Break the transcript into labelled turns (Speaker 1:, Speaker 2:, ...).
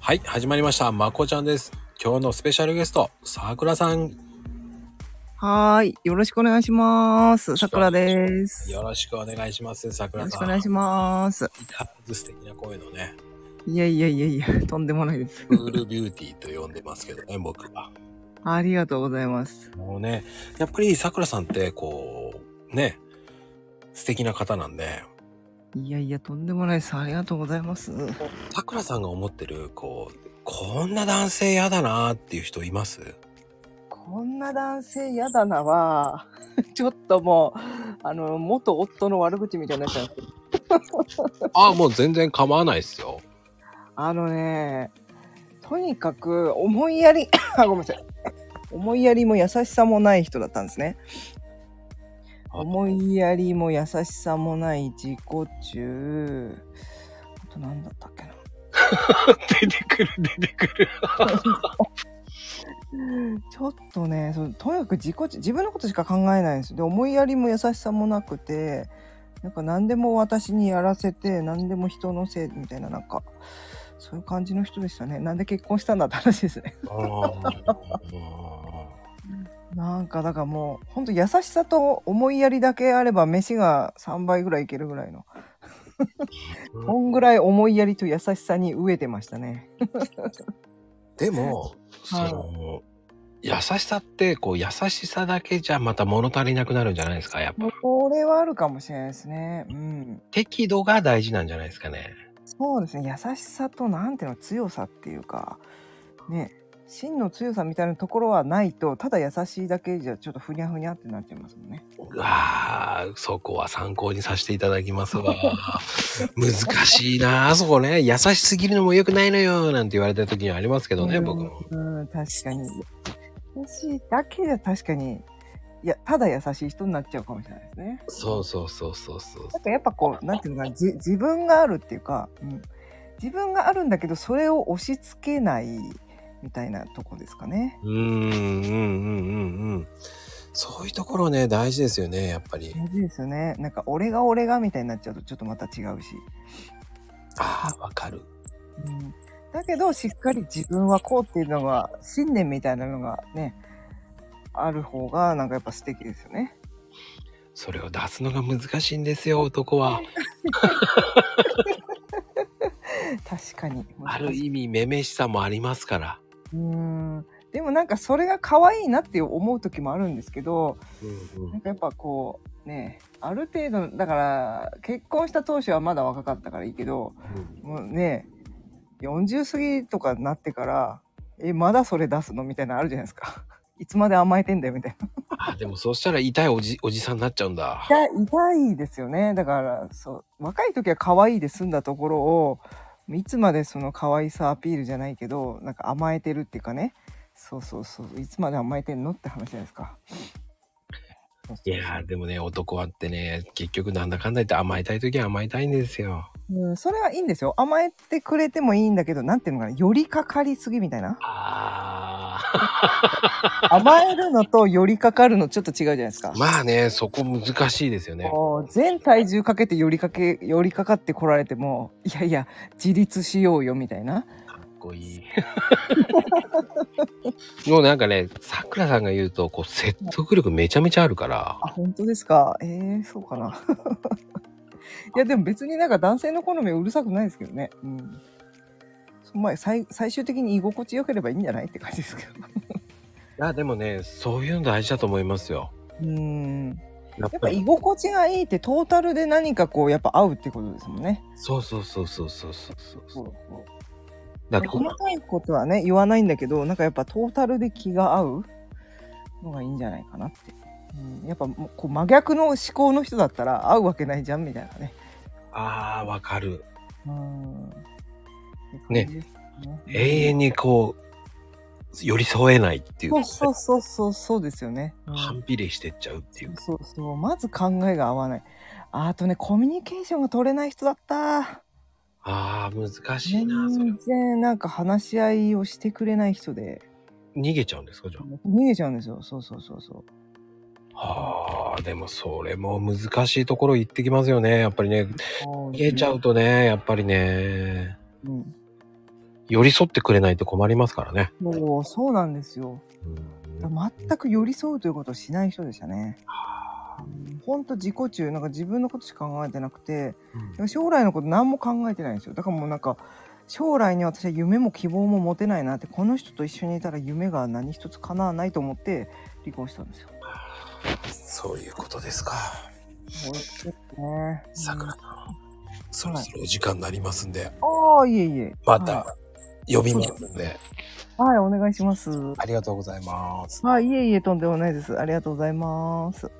Speaker 1: はい、始まりました。まこちゃんです。今日のスペシャルゲスト、さくらさん、
Speaker 2: はーい。よろしくお願いします。さくらです。
Speaker 1: よ
Speaker 2: よ
Speaker 1: ろしくお願いします。さくら
Speaker 2: ろし
Speaker 1: さ
Speaker 2: く
Speaker 1: ん。
Speaker 2: お願いします。
Speaker 1: 相変わらず素敵な声のね、
Speaker 2: いやいやいやいや、とんでもないです。
Speaker 1: クールビューティーと呼んでますけど ね、僕は。
Speaker 2: ありがとうございます。
Speaker 1: もうね、やっぱりさくらさんって、こう、ね、素敵な方なんで、
Speaker 2: いやいや、とんでもないです。ありがとうございます。
Speaker 1: さくらさんが思ってる、こう、こんな男性嫌だなーっていう人います
Speaker 2: こんな男性嫌だなは、 ちょっともう、あの、元夫の悪口みたいになっちゃう。
Speaker 1: あ、もう全然構わないです よ。
Speaker 2: あのね、とにかく思いやり、 あ、ごめんなさい。思いやりも優しさもない人だったんですね。
Speaker 1: あ
Speaker 2: 思いやりも優しさもない自己中。あと何だったっけな。
Speaker 1: 出てくる、出てくる。
Speaker 2: ちょっとね、そのとにかく自己中、自分のことしか考えないんですよ。で、思いやりも優しさもなくて、なんか何でも私にやらせて、何でも人のせいみたいな、なんか、そういう感じの人でしたね。なんで結婚したんだって話ですね。
Speaker 1: あー
Speaker 2: なんかだからもうほんと優しさと思いやりだけあれば飯が3倍ぐらいいけるぐらいの
Speaker 1: うん
Speaker 2: こんぐらい思いやりと優しさに飢えてましたね
Speaker 1: でも、
Speaker 2: はい
Speaker 1: その優しさってこう優しさだけじゃまた物足りなくなるんじゃないですかやっぱ
Speaker 2: これはあるかもしれないですねうん
Speaker 1: 適度が大事なんじゃないですかね
Speaker 2: そうですね優しさとなんていうの強さっていうかね真の強さみたいなところはないとただ優しいだけじゃちょっとふにゃふにゃってなっちゃいますもんね
Speaker 1: うわーそこは参考にさせていただきます わ難しいなあそこね優しすぎるのも良くないのよなんて言われた時にはありますけどね、
Speaker 2: うん
Speaker 1: 僕も
Speaker 2: うん確かに優しいだけじゃ確かにいやただ優しい人になっちゃうかもしれないですね
Speaker 1: そうそうそうそうそう
Speaker 2: なんかやっぱこう、なんていうのかな、じ自分があるっていうか、うん、自分があるんだけど、それを押し付けないみたいなとこですかね。
Speaker 1: うーんうんうんうんうんそういうところね大事ですよねやっぱり
Speaker 2: 大事ですよね。なんか、俺が俺がみたいになっちゃうと、ちょっとまた違うし。
Speaker 1: ああわかる
Speaker 2: うん、だけど、しっかり自分はこうっていうのが、信念みたいなのがね、ある方が、なんかやっぱ素敵ですよね。
Speaker 1: それを出すのが難しいんですよ男は
Speaker 2: 確かに。
Speaker 1: ある意味、めめしさもありますから。
Speaker 2: うん。でもなんか、それが可愛いなって思う時もあるんですけど、なんかやっぱこうねある程度だから結婚した当初はまだ若かったからいいけどもうね40過ぎとかになってからえまだそれ出すのみたいなのあるじゃないですか いつまで甘えてんだよみたいな
Speaker 1: あでもそうしたら痛いおじおじさんになっちゃうんだ。
Speaker 2: 痛いですよねだからそう若い時は可愛いで済んだところをいつまでその可愛さアピールじゃないけどなんか甘えてるっていうかねそうそうそういつまで甘えてんのって話じゃないですか。そう
Speaker 1: い
Speaker 2: そうそう
Speaker 1: やーでもね男はってね結局なんだかんだ言って甘えたい時は甘えたいんですよ。。
Speaker 2: うん、それはいいんですよ。甘えてくれてもいいんだけど、なんていうのかな、寄りかかりすぎみたいな
Speaker 1: あ
Speaker 2: 甘えるのと寄りかかるのちょっと違うじゃないですか
Speaker 1: ー。まあねそこ難しいですよね。
Speaker 2: こう全体重かけて寄りかけ、寄りかかってこられても、いやいや、自立しようよみたいな。
Speaker 1: かっこいい。もうなんかねさくらさんが言うとこう説得力めちゃめちゃあるから
Speaker 2: あ、本当ですか。えー、そうかな。いや、でも別になんか男性の好みはうるさくないですけどね。うん。そまあ、最最終的に居心地良ければいいんじゃないって感じですけど。
Speaker 1: いやでもねそういうの大事だと思いますよ。
Speaker 2: うん。
Speaker 1: やっ
Speaker 2: やっ
Speaker 1: ぱ
Speaker 2: ぱ
Speaker 1: り
Speaker 2: 居心地がいいってトータルで何かこうやっぱ合うってことですもんね。
Speaker 1: そうそうそうそうそうそうそう。だって
Speaker 2: 細かいことはね言わないんだけどなんかやっぱトータルで気が合うのがいいんじゃないかなって。うん、やっぱもうこう真逆の思考の人だったら合うわけないじゃんみたいなね。
Speaker 1: ああわかる。
Speaker 2: うん。
Speaker 1: ね永遠にこう寄り添えないっていう
Speaker 2: そうそうそうそうそうですよね。うん
Speaker 1: 反比例してっちゃうっていう
Speaker 2: そうそうまず考えが合わない。あとねコミュニケーションが取れない人だった。
Speaker 1: あー難しいなそれ
Speaker 2: 全然なんか話し合いをしてくれない人で
Speaker 1: 逃げちゃうんですかじゃ
Speaker 2: 逃げちゃうんですよそうそうそうそう
Speaker 1: ああーでもそれも難しいところ行ってきますよねやっぱりね逃げちゃうとねやっぱりね
Speaker 2: うん、
Speaker 1: い寄り添ってくれないと困りますからね。
Speaker 2: もう、そうなんですよ。
Speaker 1: うん
Speaker 2: 全く寄り添うということをしない人でしたね。ほんと自己中、なんか自分のことしか考えてなくて、将来のこと何も考えてないんですよ。だからもうなんか、将来に私は夢も希望も持てないなって、この人と一緒にいたら夢が何一つ叶わないと思って離婚したんですよ。
Speaker 1: そういうことですか。
Speaker 2: そうですね。
Speaker 1: さくらさん、そろそろお時間になりますんで、
Speaker 2: ああ、いえいえ。
Speaker 1: また呼びますんで、
Speaker 2: はい、はいお願いします。
Speaker 1: ありがとうございます。
Speaker 2: はい、いえいえ、とんでもないです。ありがとうございます。